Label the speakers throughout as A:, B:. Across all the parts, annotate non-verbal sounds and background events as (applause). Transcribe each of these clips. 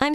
A: I'm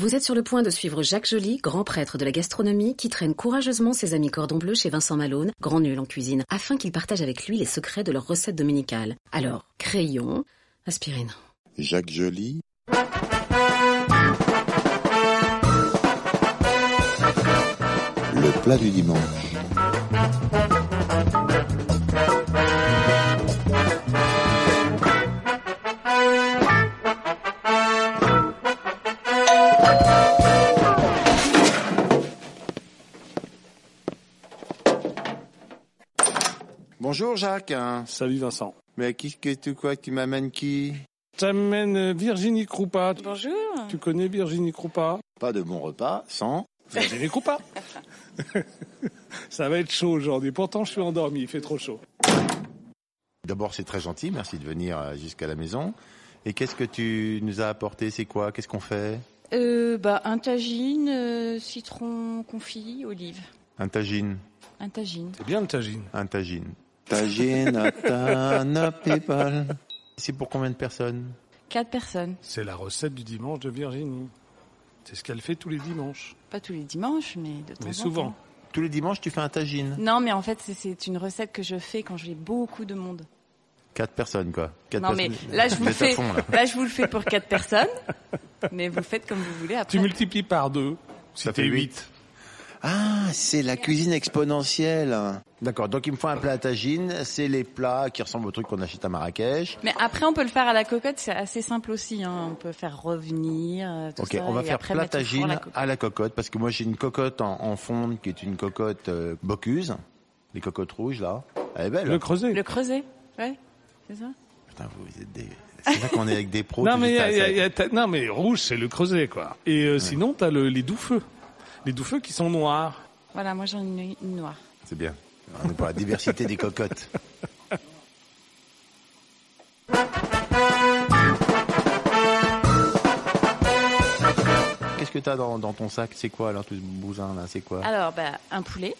B: Vous êtes sur le point de suivre Jacques Joly, grand prêtre de la gastronomie, qui traîne courageusement ses amis cordon bleu chez Vincent Malone, grand nul en cuisine, afin qu'il partage avec lui les secrets de leurs recettes dominicales. Alors, crayon, aspirine.
C: Jacques Joly, le plat du dimanche. Bonjour Jacques. hein.
D: Salut Vincent.
C: Mais qu'est-ce que tu quoi tu m'amènes qui
D: T'amènes euh, Virginie Kroupa.
E: Bonjour.
D: Tu connais Virginie Kroupa
C: Pas de bon repas sans.
D: Virginie Kroupa Ça va être chaud aujourd'hui. Pourtant, je suis endormi. Il fait trop chaud.
C: D'abord, c'est très gentil, merci de venir euh, jusqu'à la maison. Et qu'est-ce que tu nous as apporté C'est quoi Qu'est-ce qu'on fait
E: Euh, bah, un tagine, euh, citron confit, olive.
C: Un tagine.
E: Un tagine.
D: C'est bien le tagine.
C: Un tagine. Tagine, à Tana people. C'est pour combien de personnes
E: Quatre personnes.
D: C'est la recette du dimanche de Virginie. C'est ce qu'elle fait tous les dimanches.
E: Pas tous les dimanches, mais de temps en
D: mais souvent.
E: temps.
C: Tous les dimanches, tu fais un tagine.
E: Non, mais en fait, c'est- c'est une recette que je fais quand j'ai beaucoup de monde.
C: Quatre personnes, quoi. Quatre
E: non, mais
C: personnes.
E: là, je vous le
C: êtes à
E: fais.
C: fond, là.
E: là, je vous le fais pour quatre personnes. Mais vous faites comme vous voulez après.
D: Tu multiplies par deux.
C: Ça fait
D: C'était
C: huit. Ah, c'est la cuisine exponentielle. D'accord, donc il me faut un plat à tagine. C'est les plats qui ressemblent aux trucs qu'on achète à Marrakech.
E: Mais après, on peut le faire à la cocotte. C'est assez simple aussi. Hein. On peut faire revenir. euh, Tout
C: Ok,
E: ça,
C: on va
E: et
C: faire
E: après
C: plat
E: mettre au four
C: tagine
E: la cocotte.
C: à la cocotte, parce que moi j'ai une cocotte en, en fonte qui est une cocotte euh, bocuse, les cocottes rouges là. Elle est belle. hein.
D: Le creuset.
E: Le creuset, ouais, c'est ça.
C: Putain, vous, vous êtes des. C'est là qu'on est avec des pros.
D: Non
C: tout
D: mais,
C: juste
D: y a-
C: à-
D: y a- y a- t'as- non, mais rouge, c'est le creuset, quoi. Et euh, sinon, t'as le, les doux feux. Les doux feux qui sont noirs.
E: Voilà, moi j'en ai une, une noire.
C: C'est bien. On est pour la diversité des
D: (laughs)
C: cocottes. Qu'est-ce que t'as dans, dans ton sac C'est quoi alors tout ce bousin là C'est quoi
E: Alors, bah, un poulet.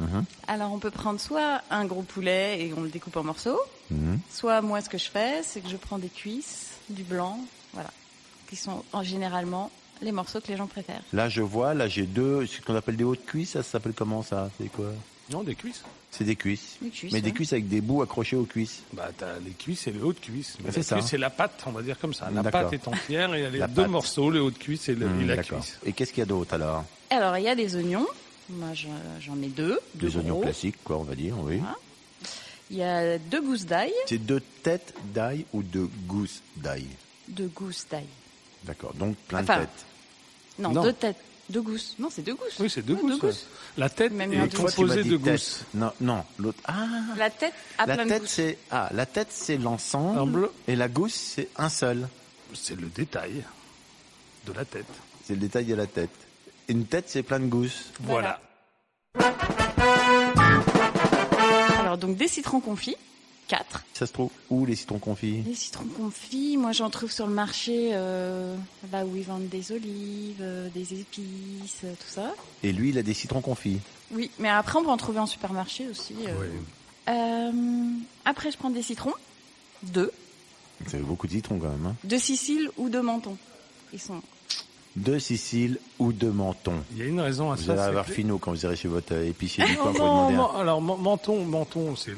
C: Mhm.
E: Alors, on peut prendre soit un gros poulet et on le découpe en morceaux,
C: Mhm.
E: soit moi, ce que je fais, c'est que je prends des cuisses, du blanc, voilà, qui sont en généralement les morceaux que les gens préfèrent.
C: Là je vois, là j'ai deux, ce qu'on appelle des hautes cuisses, ça, ça s'appelle comment ça C'est quoi
D: Non, des cuisses.
C: C'est des cuisses.
E: Des cuisses, hein.
C: Mais des
E: ouais.
C: cuisses avec des bouts accrochés aux cuisses.
D: Bah, t'as les cuisses et le haut de cuisse. Mais
C: C'est
D: la
C: ça.
D: cuisse, c'est la pâte, on va dire comme ça. La
C: D'accord.
D: pâte est entière et elle est
C: La
D: en deux
C: pâte.
D: morceaux, le haut de cuisse et, le- et
C: Hum,
D: Euh, la
C: d'accord.
D: cuisse.
C: Et qu'est-ce qu'il y a d'autre alors
E: Alors, il y a des oignons. Moi, je- j'en mets deux. deux
C: Des oignons
E: gros.
C: classiques, quoi, on va dire, oui.
E: Ah. Il y a deux gousses d'ail.
C: C'est deux têtes d'ail ou deux gousses d'ail
E: Deux gousses d'ail.
C: D'accord, donc plein
E: Enfin,
C: de têtes.
E: Non,
D: Non.
E: deux têtes. Deux gousses. Non, c'est deux gousses.
D: Oui, c'est deux
E: Ouais,
D: gousses. ouais. La tête
E: Même
D: est
E: l'autre.
C: Toi, tu m'as
D: composée
C: dit
D: de
C: tête.
D: gousses.
C: Non, non, l'autre. Ah,
E: La tête à
C: la
E: plein de
C: tête,
E: gousses.
C: c'est ah, la tête, c'est
D: Un
C: l'ensemble,
D: bleu.
C: et la gousse, c'est un seul.
D: C'est le détail de la tête.
C: C'est le détail de la tête. Une tête, c'est plein de gousses.
D: Voilà.
E: Voilà. Alors, donc, des citrons confits. Quatre.
C: Ça se trouve où les citrons confits
E: Les citrons confits, moi j'en trouve sur le marché, euh, là où ils vendent des olives, euh, des épices, euh, tout ça.
C: Et lui, il a des citrons confits.
E: Oui, mais après on peut en trouver en supermarché aussi. euh. Euh, après je prends des citrons, deux,
C: C'est beaucoup de citrons quand même. Hein.
E: de Sicile ou de Menton. Ils sont.
C: De Sicile ou de Menton.
D: Il y a une raison à
C: Vous
D: Ah, ça.
C: allez
D: c'est
C: avoir
D: que- Eh,
C: finot quand vous irez chez votre euh, épicier
D: (laughs)
C: du
D: Non,
C: coin pour lui
D: non,
C: demander. un-
D: men- alors men- menton, menton, c'est la,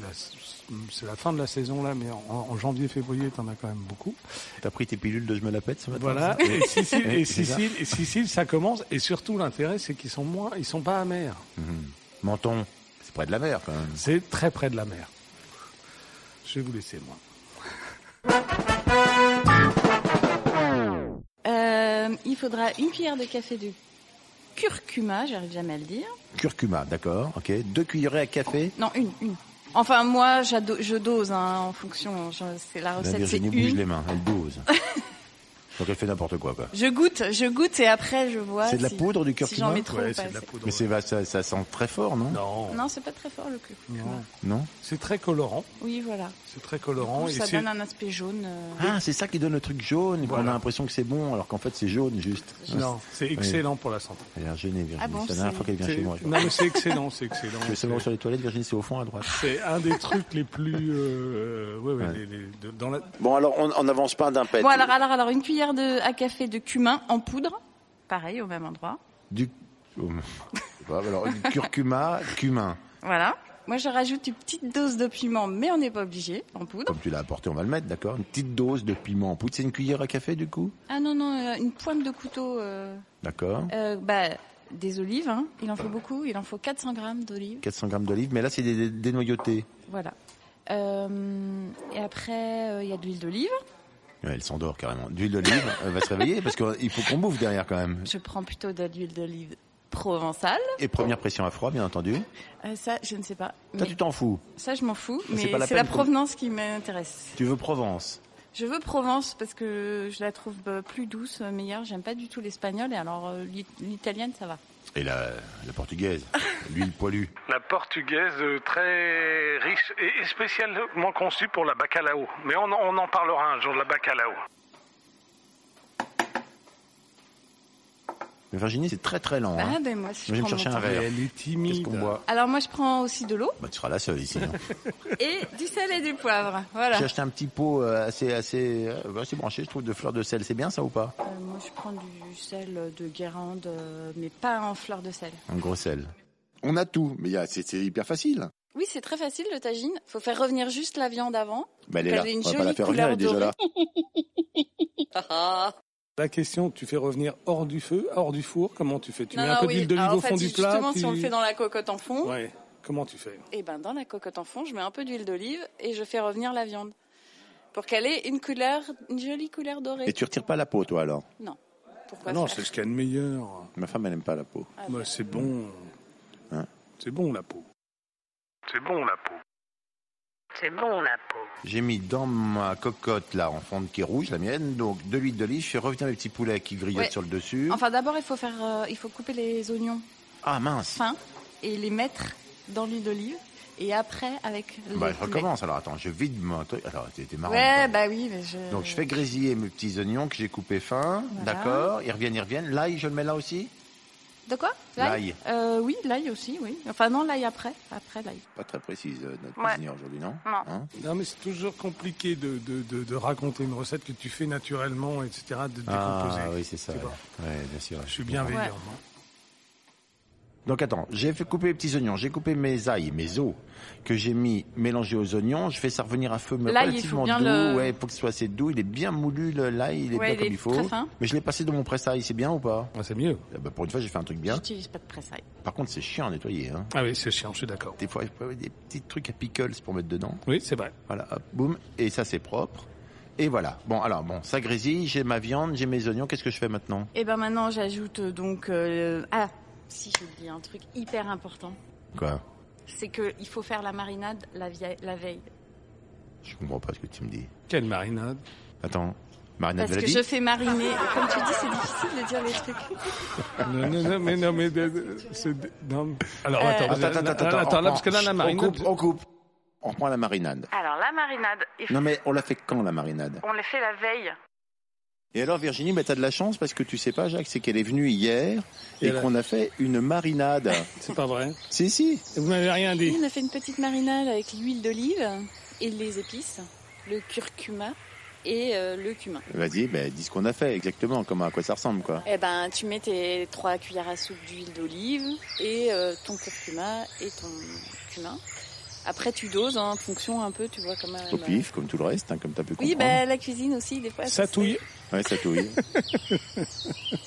D: c'est la fin de la saison là, mais en, en janvier, février, t'en as quand même beaucoup.
C: T'as pris tes pilules de je me la pète ce matin
D: Voilà.
C: c'est ça
D: Et Sicile,
C: (laughs) Oui,
D: et
C: c'est ça.
D: Sicile, et Sicile, ça commence. Et surtout, l'intérêt, c'est qu'ils sont moins, ils sont pas amers.
C: Mhm. Menton, c'est près de la mer quand même.
D: C'est très près de la mer. Je vais vous laisser moi.
E: Euh, il faudra une cuillère de café de curcuma, j'arrive jamais à le dire.
C: Curcuma, d'accord, ok. Deux cuillerées à café.
E: Non, une, une. Enfin moi j'ado- je dose hein, en fonction, je- c'est la
C: La
E: recette, c'est
C: Virginie bouge
E: une.
C: les mains, elle dose. Donc elle fait n'importe quoi, quoi.
E: Je goûte, je goûte et après je vois.
C: C'est de la
E: si-
C: poudre, du
E: Si
C: curcuma
E: j'en mets trop
D: Ouais,
E: ou pas.
D: c'est de la poudre.
C: Mais c'est, va- ça, ça sent très fort, non
D: Non.
E: Non, c'est pas très fort le curcuma.
D: Non.
C: Non
D: C'est très colorant.
E: Oui, voilà.
D: C'est très colorant.
E: Donc,
D: Et
E: ça
D: c'est
E: donne un aspect jaune. euh,
C: Ah, c'est ça qui donne le truc jaune. et qu'on
D: Voilà.
C: a l'impression que c'est bon, alors qu'en fait c'est jaune juste.
D: non, c'est excellent pour la santé.
C: Elle a l'air gênée, Virginie.
E: Ah bon,
C: c'est la dernière
E: c'est-
C: fois qu'elle vient
D: C'est-
C: chez moi.
D: Non, mais c'est excellent, c'est excellent.
C: Je vais savoir où
D: C'est-
C: sur les toilettes, Virginie, c'est au fond à droite.
D: C'est un des trucs les plus. euh, ouais, ouais, les- les- de- dans la-
C: Bon, alors on n'avance pas d'un pet.
E: Bon, alors, alors, alors, une cuillère de, à café de cumin en poudre. Pareil, au même endroit.
C: Du. Oh, je sais pas, alors, du curcuma, cumin.
E: Voilà. Moi, je rajoute une petite dose de piment, mais on n'est pas obligé, en poudre.
C: Comme tu l'as apporté, on va le mettre, d'accord Une petite dose de piment en poudre. C'est une cuillère à café, du coup
E: Ah non, non, euh, une pointe de couteau. euh,
C: D'accord.
E: euh, bah, des olives, hein. il en faut beaucoup, il en faut 400 grammes d'olives.
C: 400 grammes d'olives, mais là, c'est des, des, des noyautés.
E: Voilà. Euh, et après, euh, il y a de l'huile d'olive.
C: Ouais, elle s'endort carrément. D'huile d'olive, elle va se réveiller parce qu'il faut qu'on bouffe derrière quand même.
E: Je prends plutôt de l'huile d'olive provençale.
C: Et première pression à froid, bien entendu.
E: Euh, ça, je ne sais pas.
C: Toi,
E: Mais
C: tu t'en fous.
E: ça, je m'en fous.
C: Mais
E: Mais
C: c'est
E: c'est
C: pas la
E: la,
C: peine qu'on-
E: provenance qui m'intéresse.
C: Tu veux Provence.
E: Je veux Provence parce que je la trouve euh, plus douce, euh, meilleure. J'aime pas du tout l'espagnol. Et alors, euh, l'it- l'italienne, ça va.
C: Et la, la portugaise, l'huile poilue.
D: La portugaise euh, très riche et et spécialement conçue pour la bacalao. Mais on, on en parlera un jour de la bacalao.
C: Mais Virginie, c'est très très lent.
E: Ah,
C: hein.
E: ben moi,
C: Moi,
E: si
C: je vais me
E: je prends mon
C: chercher un
E: temps.
D: Et
C: verre.
D: elle est
C: Qu'est-ce
D: timide.
C: qu'on boit
E: Alors, moi, je prends aussi (laughs) de l'eau
C: bah, Tu seras la seule ici. hein.
E: et du sel et du poivre. Voilà.
C: J'ai acheté un petit pot euh, assez, assez, euh, assez branché, je trouve, de fleurs de sel. C'est bien ça ou pas
E: Euh, moi, je prends du sel de Guérande, euh, mais pas en fleur de sel.
C: Un gros sel.
F: On a tout, mais il y a- c'est c'est hyper facile.
E: Oui, c'est très facile le tagine. Faut faire revenir juste la viande (laughs) avant.
F: Bah, elle est
E: Qu'elle
F: là.
E: ait une
F: On va pas
E: jolie
F: la faire revenir, elle est
E: couleur
F: déjà là.
E: Ah,
D: La question, tu fais revenir hors du feu, hors du four, comment tu fais Tu mets un peu
E: oui.
D: d'huile d'olive
E: Alors,
D: au
E: en fait,
D: fond du plat
E: Justement,
D: puis-
E: si on le fait dans la cocotte en fond,
D: Ouais, comment tu fais
E: et ben dans la cocotte en fond, je mets un peu d'huile d'olive et je fais revenir la viande pour qu'elle ait une couleur, une jolie couleur dorée.
F: Et tu retires pas la peau, toi, alors
E: Non. Pourquoi
D: Ah Non,
E: faire
D: c'est ce qu'il y a de meilleur.
F: Ma femme, elle aime pas la peau.
E: Ah,
D: Bah, c'est bon.
F: Hein
D: c'est bon la peau. C'est bon la peau.
C: J'ai mis dans ma cocotte, là, en fond de qui est rouge, la mienne, donc de l'huile d'olive. Je fais revenir les petits poulets qui grillottent
E: Ouais.
C: sur le dessus.
E: Enfin, d'abord, il faut faire, euh, il faut couper les oignons
C: Ah mince
E: fins et les mettre dans l'huile d'olive et après avec. le
C: bah, Je
E: poulet.
C: recommence, alors attends, je vide mon truc. Alors, t'es t'es marrant.
E: Ouais,
C: toi.
E: bah oui, mais je.
C: Donc je fais grésiller mes petits oignons que j'ai coupés fins,
E: Voilà.
C: d'accord, ils reviennent, ils reviennent. L'ail, je le mets là aussi
E: De quoi
C: L'ail.
E: Euh, Oui, l'ail aussi, oui. Enfin non, l'ail après, après l'ail.
F: Pas très précise, euh, notre
E: Ouais.
F: cuisinière aujourd'hui, non
E: Non.
F: Hein
D: Non mais c'est toujours compliqué de, de, de, de raconter une recette que tu fais naturellement, etc. De décomposer.
C: Ah oui, c'est ça.
D: C'est bon.
C: ouais. Ouais, bien sûr.
D: Je suis bienveillant.
E: Ouais.
D: hein.
C: Donc attends, j'ai fait couper les petits oignons, j'ai coupé mes ails, mes os que j'ai mis mélangés aux oignons. Je fais ça revenir à feu, mais
E: L'ail, il
C: relativement
E: faut bien
C: doux.
E: le-
C: Ouais, pour que ce soit assez doux. Il est bien moulu le- l'ail, il est
E: Ouais,
C: bien
E: il
C: comme
E: est
C: il faut.
E: très fin.
C: Mais je l'ai passé dans mon presse-ail, c'est bien ou pas
D: Ah, c'est mieux.
C: Ah bah, Pour une fois, j'ai fait un truc bien.
E: J'utilise pas de presse-ail.
C: Par contre, c'est chiant à nettoyer. Hein.
D: Ah oui, c'est chiant, je suis d'accord.
C: Des fois, il faut avoir des petits trucs à pickles pour mettre dedans.
D: Oui, c'est vrai.
C: Voilà, hop, boum, et ça c'est propre. Et voilà. Bon, alors bon, ça grésille, j'ai ma viande, j'ai mes oignons, qu'est-ce que je fais maintenant
E: Et ben maintenant, j'ajoute euh, donc euh, ah si j'ai oublié un truc hyper important,
C: Quoi
E: c'est que il faut faire la marinade la, vieille- la veille
C: Je comprends pas ce que tu me dis.
D: Quelle marinade.
C: Attends, Marina
E: parce
C: de la
E: que je fais mariner. Comme tu dis, c'est difficile de dire les trucs.
D: non, non, non, mais non, mais de- de- c'est de- Ah, non. mais- Alors
E: Euh,
D: attends,
C: Attends, attends, attends,
D: là,
C: attends,
D: là, parce que là,
C: on
D: la marinade.
C: coupe, on coupe.
F: On reprend la marinade.
E: Alors la marinade, il
F: Non, mais on la fait quand, la marinade
E: on les fait la veille.
F: Et alors, Virginie, bah, t'as de la chance parce que tu sais pas, Jacques, c'est qu'elle est venue hier
D: Et
F: et
D: elle a-
F: qu'on a fait une marinade.
D: C'est pas vrai.
F: si, si.
D: Vous m'avez rien dit.
E: on a fait une petite marinade avec l'huile d'olive et les épices, le curcuma et euh, le cumin.
F: Vas-y, bah, dis ce qu'on a fait exactement, comment, à quoi ça ressemble, quoi.
E: Eh ben, tu mets tes trois cuillères à soupe d'huile d'olive et euh, ton curcuma et ton cumin. Après, tu doses hein, en fonction un peu, tu vois comment.
F: Au pif, comme tout le reste, hein, comme t'as pu comprendre.
E: Oui, ben la cuisine aussi, des fois.
D: Ça
E: se-
D: touille.
F: Ouais, ça touille.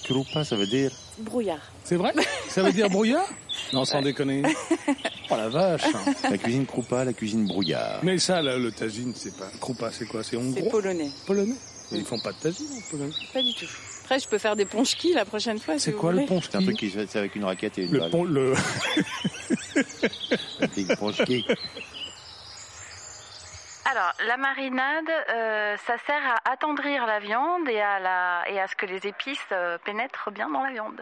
F: Krupa, ça veut dire
E: Brouillard.
D: C'est (laughs) vrai Ça veut dire brouillard Non, sans
E: (laughs)
D: déconner. Oh la vache.
F: la cuisine Krupa, la cuisine brouillard.
D: Mais ça, là, le tagine, c'est pas. Krupa, c'est quoi C'est
E: C'est
D: hongrois
E: polonais.
D: Polonais. Ils font pas de tagine en Pologne.
E: Pas du tout. Après, je peux faire des ponchki la prochaine fois. si
D: C'est
E: vous
D: quoi le
E: voulez.
D: ponche
F: C'est un truc qui se fait c'est avec une raquette et une
D: Le
F: balle.
D: pon- le-
F: Un petit ponche qui-
E: Alors, la marinade, euh, ça sert à attendrir la viande et à, la, et à ce que les épices euh, pénètrent bien dans la viande.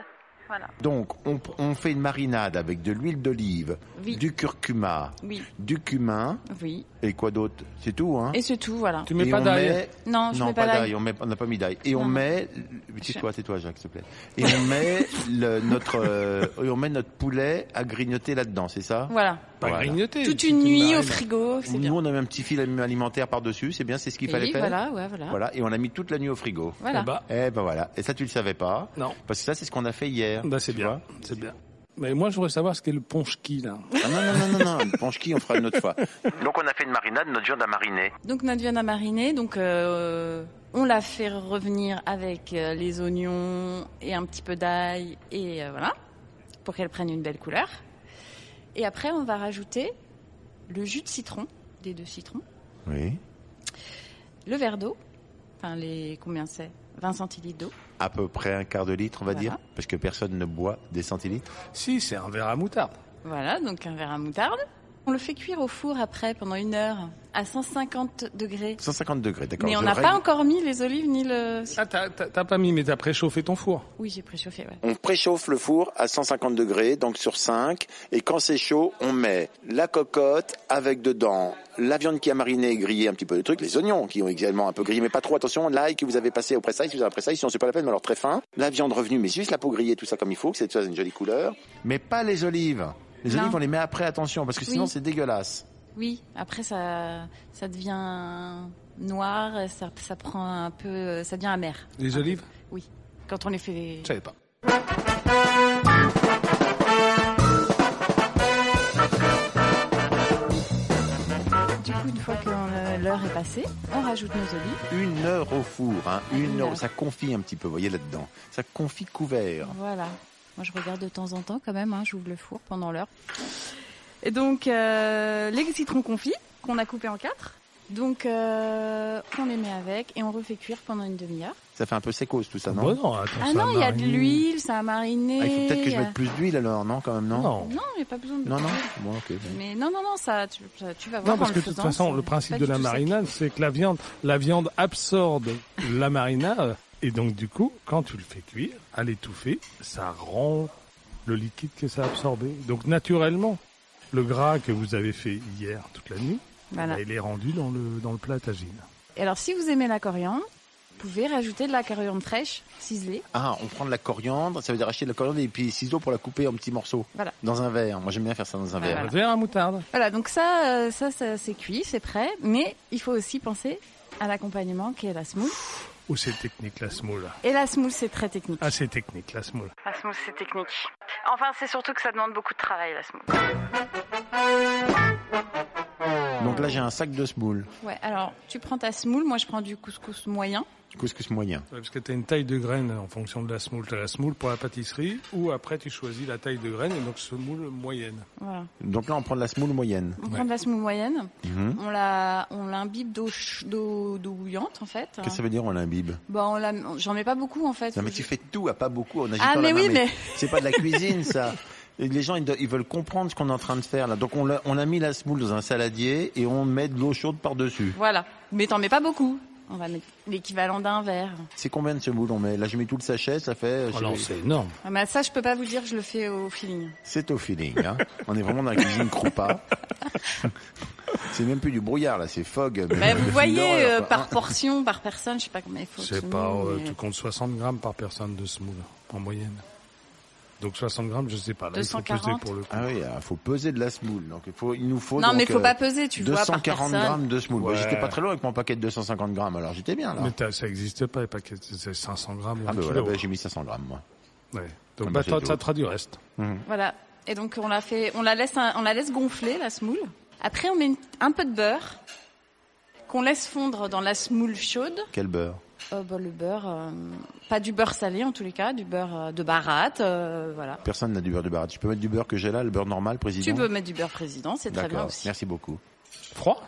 E: Voilà.
C: Donc, on, on fait une marinade avec de l'huile d'olive,
E: Oui.
C: du curcuma,
E: Oui,
C: du cumin
E: oui.
C: et quoi d'autre C'est tout, hein
E: Et c'est tout, voilà.
D: Tu mets
C: Et
D: pas
C: on
D: d'ail.
C: met-
E: Non, je
C: non,
E: mets pas, d'ail.
C: on met- on n'a pas mis d'ail. Et on
E: Non.
C: met, tais-toi, tais-toi, Jacques, s'il te plaît. Et
E: (laughs)
C: on met le- notre, euh, et on met notre poulet à grignoter là-dedans, c'est ça
E: Voilà.
D: Pas
C: Voilà.
D: grignoter.
E: Toute
D: c'est
E: une nuit
D: marine.
E: au frigo, c'est
C: Nous,
E: bien.
C: on a mis un petit fil alimentaire par-dessus, c'est bien, c'est ce qu'il fallait
E: Oui,
C: faire.
E: voilà, ouais, voilà.
C: Voilà, et on l'a mis toute la nuit au frigo.
E: Voilà.
D: Eh bah,
C: Eh ben voilà. Et ça, tu le savais pas
D: non.
C: Parce que ça, c'est ce qu'on a fait
E: (laughs)
C: hier.
D: Bah, c'est
C: tu
D: bien.
C: vois.
D: C'est bien. Mais moi, je voudrais savoir ce qu'est le ponche qui, là.
G: Ah non, non, non, non, non, le panche qui, on fera une autre fois.
C: Donc, on a fait une marinade, notre viande a mariné.
E: Donc notre viande à mariner, donc euh, on la fait revenir avec euh, les oignons et un petit peu d'ail et euh, voilà pour qu'elle prenne une belle couleur. Et après on va rajouter le jus de citron, des deux citrons,
C: Oui.
E: le verre d'eau, enfin les combien c'est 20 centilitres d'eau.
C: À peu près un quart de litre, on va
E: Voilà.
C: dire. Parce que personne ne boit des centilitres.
D: Si, c'est un verre à moutarde.
E: Voilà, donc un verre à moutarde. On le fait cuire au four après pendant une heure à 150 degrés.
C: 150 degrés, d'accord.
E: Mais on
C: je
E: n'a
C: règle.
E: pas encore mis les olives ni le.
D: Ah, t'as- t'as t'as pas mis, mais t'as préchauffé ton four.
E: Oui, j'ai préchauffé. Ouais.
G: On préchauffe le four à 150 degrés, donc sur 5. Et quand c'est chaud, on met la cocotte avec dedans la viande qui a mariné et grillé un petit peu de truc, les oignons qui ont également un peu grillé, mais pas trop. Attention, l'ail que vous avez passé au pressail, si vous avez un pressail, sinon c'est pas la peine, mais alors très fin. La viande revenue, mais juste la peau grillée, tout ça comme il faut, que c'est ça une jolie couleur.
C: Mais pas les olives. Les
E: Non.
C: olives, on les met après, attention, parce que sinon,
E: Oui.
C: c'est dégueulasse.
E: Oui, après ça, ça devient noir, ça, ça prend un peu, ça devient amer
D: Les olives
E: Oui, quand on les fait.
D: Je savais pas.
E: Du coup, une fois que euh, l'heure est passée, on rajoute nos olives.
C: Une heure au four, hein. Une
E: Ah, Une
C: heure.
E: heure.
C: Ça confie un petit peu, vous voyez là-dedans. Ça confie couvert.
E: Voilà. Moi, je regarde de temps en temps quand même. Hein, J'ouvre le four pendant l'heure. Et donc, euh, les citrons confits qu'on a coupés en quatre. Donc, euh, on les met avec et on refait cuire pendant une demi-heure.
C: Ça fait un peu sécose, tout ça, non?
D: Bon, non, attends,
E: Ah
D: ça
E: non, il y a de
D: marine.
E: l'huile, ça a mariné.
C: Ah, il faut peut-être que
E: il y
C: je
E: a-
C: mette plus d'huile alors, non, quand même, non?
D: Non.
E: Non, il n'y a pas besoin de.
C: Non, non. Bon, ok.
E: Mais non, non, non, ça, tu, ça, tu vas voir.
D: Non, parce
E: en
D: que de
E: le
D: toute
E: faisant,
D: façon,
E: ça-
D: le
E: pas
D: principe de
E: du
D: la
E: tout sec.
D: marinade, c'est que la viande, la viande absorbe la marinade, et donc du coup, quand tu le fais cuire, à l'étouffer, ça rend le liquide que ça a absorbé. Donc naturellement, le gras que vous avez fait hier toute la nuit,
E: Voilà.
D: bah, il est rendu dans le dans le plat tagine.
E: Et alors, si vous aimez la coriandre, vous pouvez rajouter de la coriandre fraîche, ciselée.
C: Ah, on prend de la coriandre, ça veut dire acheter de la coriandre et puis les ciseaux pour la couper en petits morceaux.
E: Voilà.
C: Dans un verre. Moi, j'aime bien faire ça dans un
E: Voilà.
D: Un
C: verre.
D: verre à moutarde.
E: Voilà, donc ça, euh, ça, ça c'est cuit, c'est prêt. Mais il faut aussi penser à l'accompagnement qui est la semoule.
D: Ou c'est technique la semoule.
E: Et la semoule, c'est très technique.
D: Ah, c'est technique la semoule.
E: La semoule, c'est technique. Enfin, c'est surtout que ça demande beaucoup de travail, la semoule.
C: Donc là, j'ai un sac de semoule.
E: Ouais, alors, tu prends ta semoule. Moi, je prends du couscous moyen.
C: Couscous moyen.
D: Ouais, parce que tu as une taille de graine en fonction de la semoule. Tu la semoule pour la pâtisserie, ou après tu choisis la taille de graine, et donc semoule moyenne.
E: Voilà.
C: Donc là, on prend de la semoule moyenne.
E: On
D: Ouais.
E: prend de la semoule moyenne.
C: Mhm.
E: On la, on l'imbibe d'eau, ch- d'eau, d'eau bouillante, en fait.
C: Qu'est-ce que ça veut dire, on l'imbibe?
E: Bon, on la- on- j'en mets pas beaucoup, en fait.
C: Non, mais tu fais tout à pas beaucoup en agitant
E: Ah, mais
C: la main,
E: oui, mais-
C: C'est pas de la cuisine,
E: (laughs)
C: ça. Et Les gens, ils, do- ils veulent comprendre ce qu'on est en train de faire, là. Donc, on a, on a mis la semoule dans un saladier et on met de l'eau chaude par-dessus.
E: Voilà. Mais t'en mets pas beaucoup. On va mettre l'équivalent d'un verre.
C: C'est combien de semoule on met Là, j'ai mis tout le sachet, ça fait...
D: Oh,
C: euh, je sais pas,
D: énorme.
E: Ah, mais ça, je peux pas vous dire, je le fais au feeling.
C: C'est au feeling, hein. On est vraiment dans la cuisine
E: (laughs)
C: croupa. c'est même plus du brouillard, là, c'est fog.
E: Bah, vous voyez, euh, par
C: par...
E: portion, par personne, je sais pas combien il faut.
D: C'est
E: tout
D: pas,
E: le
D: euh,
E: monde, mais-
D: tu comptes 60 grammes par personne de semoule en moyenne. Donc 60 grammes, je sais pas. Là, il faut peser
E: 240.
D: pour le coup.
C: Ah oui, ah, faut peser de la semoule. Donc, il, faut, il nous faut
E: Non,
C: donc,
E: mais faut
C: euh,
E: pas peser, tu vois, par
C: 240
E: personne.
C: grammes de semoule. Bah,
D: Ouais.
C: j'étais pas très loin avec mon paquet de 250 grammes, alors j'étais bien, là.
D: Mais t'as- ça existe pas, les paquets, c'est 500 grammes ou
C: Ah,
D: un
C: bah, voilà,
D: kilo.
H: hein.
C: bah, j'ai mis 500 grammes, moi.
D: Ouais. Donc
C: Ah, bah,
D: bah,
C: c'est
D: toi,
C: tout.
D: ça te fera du reste.
E: Voilà. Et donc, on la fait, on la laisse, un- on la laisse gonfler, la semoule. Après, on met une- un peu de beurre. Qu'on laisse fondre dans la semoule chaude.
C: Quel beurre
E: Euh, bah, le beurre, euh, pas du beurre salé en tous les cas, du beurre euh, de baratte, euh, voilà.
C: Personne n'a du beurre de baratte. Je peux mettre du beurre que j'ai là, le beurre normal, président
E: Tu peux mettre du beurre président, c'est très bien
C: D'accord,
E: aussi.
C: merci beaucoup.
D: Froid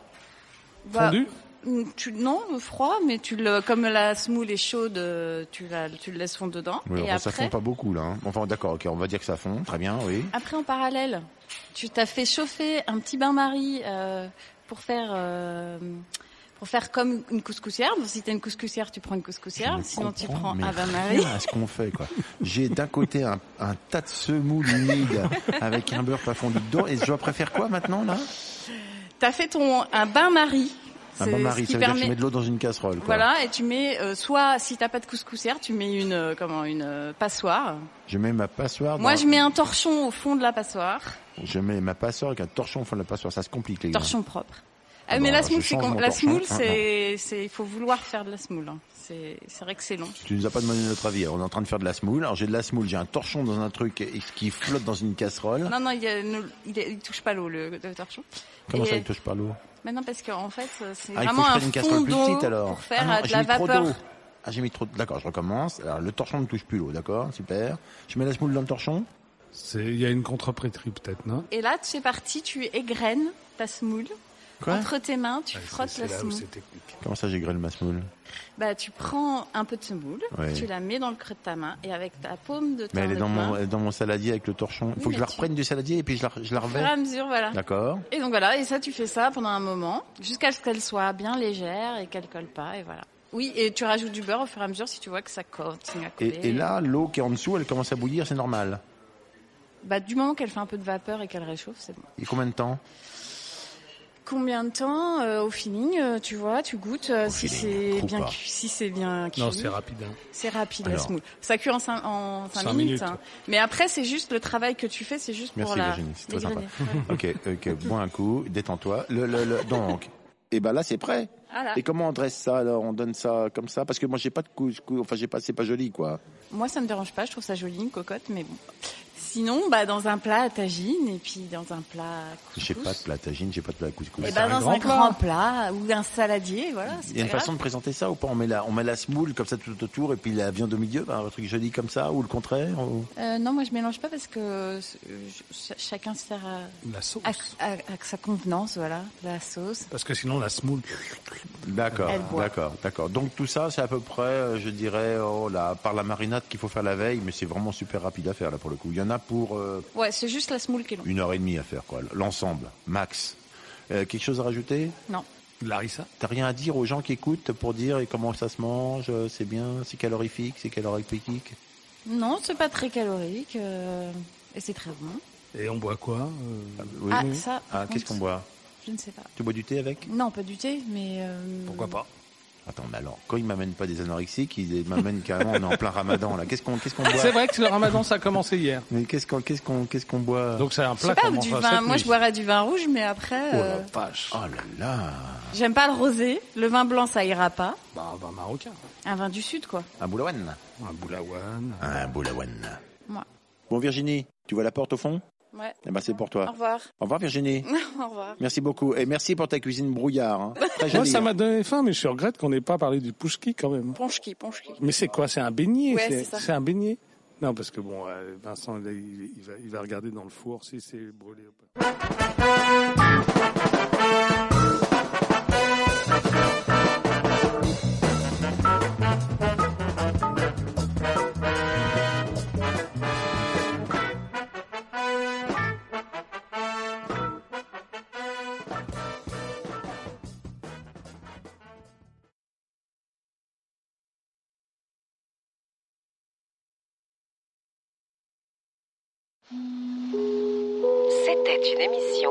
E: Bah,
D: Fondu
E: Mm, Tu, non, le froid, mais tu le, comme la semoule est chaude, euh, tu, la, tu le laisses fondre dedans.
C: Oui,
E: et
C: enfin, ça
E: après,
C: fond pas beaucoup là. hein. Enfin, d'accord, ok, on va dire que ça
E: Ah,
C: fond, très bien, oui.
E: après, en parallèle, tu t'as fait chauffer un petit bain-marie euh, pour faire euh, pour faire comme une couscoussière. Donc, si t'as une couscoussière, tu prends une couscoussière.
C: ne
E: Sinon, tu
C: comprends,
E: prends
C: mais
E: un bain
C: rien à ce qu'on fait, quoi. J'ai d'un côté un, un tas de semoule humide avec un beurre pas fondu dedans, et je dois préfère quoi maintenant, là
E: T'as fait ton un bain-marie.
C: Un
E: C'est
C: bon mari,
E: ce qui
C: ça veut dire que je
E: permet-
C: mets de l'eau dans une casserole, quoi.
E: Voilà, et tu mets euh, soit si t'as pas de couscoussière, tu mets une euh, comment une euh, passoire.
C: Je mets ma passoire
E: Moi,
C: dans-
E: je mets un torchon au fond de la passoire,
C: Je mets ma passoire avec un torchon au fond de la passoire, ça se complique, les gars.
E: torchon propre.
C: Ah
E: Ah, mais
C: bon,
E: la
C: alors, je
E: semoule, c'est
C: change
E: com-
C: mon
E: la
C: torchon.
E: semoule,
C: Ah,
E: c'est c'est il faut vouloir faire de la semoule. hein. C'est c'est vrai que c'est long.
C: Tu nous as pas demandé notre avis. Alors, on est en train de faire de la semoule. Alors, j'ai de la semoule, j'ai un torchon dans un truc et- qui flotte dans une casserole.
E: Non, non, il, y a- ne- il, est- il touche pas l'eau, le, le torchon.
C: Comment ça,
E: Et-
C: il touche pas l'eau
E: Maintenant, parce qu'en fait, euh, c'est
C: Ah, il faut
E: vraiment
C: que je
E: un
C: prenne une casserole
E: fond
C: plus
E: d'eau
C: petite, alors.
E: pour faire
C: Ah non,
E: euh, de
C: j'ai
E: la
C: mis trop
E: vapeur.
C: d'eau. Ah, j'ai mis trop d'eau. D'accord, je recommence. Alors, le torchon ne touche plus l'eau, d'accord Super. Je mets la semoule dans le torchon
H: C'est- Il y a une contreprétrie peut-être, non
E: Et là, c'est parti, tu égrènes ta semoule.
C: Quoi Ah,
E: Entre tes mains, tu
H: Ouais, c'est-
E: frottes
H: c'est
E: la
H: là où
E: semoule.
H: c'est technique.
C: Comment ça, j'ai grêlé ma semoule
E: Bah, tu prends un peu de semoule,
C: Ouais.
E: tu la mets dans le creux de ta main et avec ta paume de ta
C: Mais elle est
E: de
C: dans
E: ta
C: mon,
E: main,
C: elle est dans mon saladier avec le torchon. Il
E: Oui,
C: faut que je la
E: mais tu-
C: reprenne du saladier et puis je la, je la
E: au fur et à
C: revais.
E: mesure, voilà.
C: D'accord.
E: Et donc voilà, et ça, tu fais ça pendant un moment, jusqu'à ce qu'elle soit bien légère et qu'elle colle pas, et voilà. Oui, et tu rajoutes du beurre au fur et à mesure si tu vois que ça continue à coller.
C: Et, et là, l'eau qui est en dessous, elle commence à bouillir, c'est normal.
E: Bah, du moment qu'elle fait un peu de vapeur et qu'elle réchauffe, c'est bon.
C: Et combien de (laughs) temps
E: Combien de temps euh, au feeling euh, Tu vois, tu goûtes euh,
C: Au
E: si
C: feeling,
E: c'est
C: trop
E: bien
C: pas.
E: cuit, si c'est bien cuit.
H: Non, c'est rapide. hein.
E: C'est rapide la
C: Alors.
E: semoule. Ça cuit en 5, en cinq
H: Cinq
E: minutes.
H: minutes.
E: hein. Mais après, c'est juste le travail que tu fais, c'est juste
C: Merci,
E: pour la.
C: Virginie, c'est très
E: dégrainer.
C: Ok, ok, bois un coup, détends-toi. Le, le, le,
F: (laughs)
C: donc, Ah.
F: Et ben là, c'est prêt.
E: (laughs) Voilà.
F: Et comment on dresse ça alors On donne ça comme ça Parce que moi, j'ai pas de couscous. Enfin, j'ai pas. C'est pas joli, quoi.
E: Moi, ça me dérange pas. Je trouve ça joli, une cocotte, mais bon. Sinon, bah dans un plat à tagine et puis dans un plat. Couscous,
C: j'ai pas de plat tagine, j'ai pas de plat couscous.
E: Et
H: C'est
E: bah,
H: un
E: dans
H: grand
E: un grand plat ou un saladier, voilà. c'est
C: Il y a
E: pas
C: une
E: grave.
C: façon de présenter ça ou pas on met, la, on met la semoule comme ça tout autour et puis la viande au milieu, ben, un truc joli comme ça ou le contraire ou-
E: Euh, non, moi je mélange pas parce que euh, ch- chacun se sert à,
H: La sauce.
E: à- à- à sa convenance, voilà, la sauce.
H: Parce que sinon, la semoule.
C: D'accord,
E: Elle boit.
C: d'accord, d'accord. Donc tout ça, c'est à peu près, euh, je dirais, oh là, par la marinade qu'il faut faire la veille, mais c'est vraiment super rapide à faire là pour le coup. Il y en a pour euh,
E: Ouais, c'est juste la semoule qui est longue.
C: une heure et demie à faire quoi, l'ensemble, max. Euh, quelque chose à rajouter
E: Non.
H: Larissa
C: T'as rien à dire aux gens qui écoutent pour dire et comment ça se mange, euh, c'est bien, c'est calorifique, c'est calorifique.
E: Non, c'est pas très calorique euh, et c'est très bon.
H: Et on boit quoi euh,
C: Oui.
E: ah, ça, par
C: Ah, qu'est-ce qu'on
E: contre,
C: boit
E: Je ne sais pas.
C: Tu bois du thé avec
E: Non, pas du thé, mais. euh,
H: Pourquoi pas
C: Attends, mais alors, quand ils m'amènent pas des anorexiques, ils m'amènent (laughs) carrément, on est en plein ramadan là. Qu'est-ce qu'on qu'est-ce qu'on boit
H: Ah, C'est vrai que le ramadan, ça a commencé hier.
C: Mais qu'est-ce qu'on qu'est-ce qu'on qu'est-ce qu'on boit
H: Donc c'est un
E: Je sais
H: plat
E: pas,
H: qu'on
E: du
H: mangera
E: vin.
H: cette
E: Moi, je
H: nuit.
E: boirais du vin rouge, mais après,
H: Oh
E: euh,
H: la vache.
C: Oh là là
E: j'aime pas le rosé. Le vin blanc, ça ira pas.
H: Bah, un vin marocain.
E: Un vin du sud, quoi.
C: Un boulawan
H: Un boulawan.
C: Un boulawan.
E: Moi.
F: Bon, Virginie, tu vois la porte au fond
E: Ouais.
F: Eh ben, c'est pour
E: Au
F: toi.
E: revoir. (laughs)
F: Au revoir, Virginie.
E: Au revoir.
F: Merci beaucoup. Et merci pour ta cuisine brouillard. hein. Très
H: Moi,
F: jolie.
H: ça m'a donné faim, mais je regrette qu'on n'ait pas parlé du pouchki quand même.
E: Ponchki, ponchki.
H: Mais c'est quoi C'est un beignet
E: Ouais,
H: c'est-
E: c'est ça.
H: C'est un beignet Non, parce que bon, euh, Vincent, il, il- il va, il va regarder dans le four si c'est brûlé ou pas.
I: C'était une émission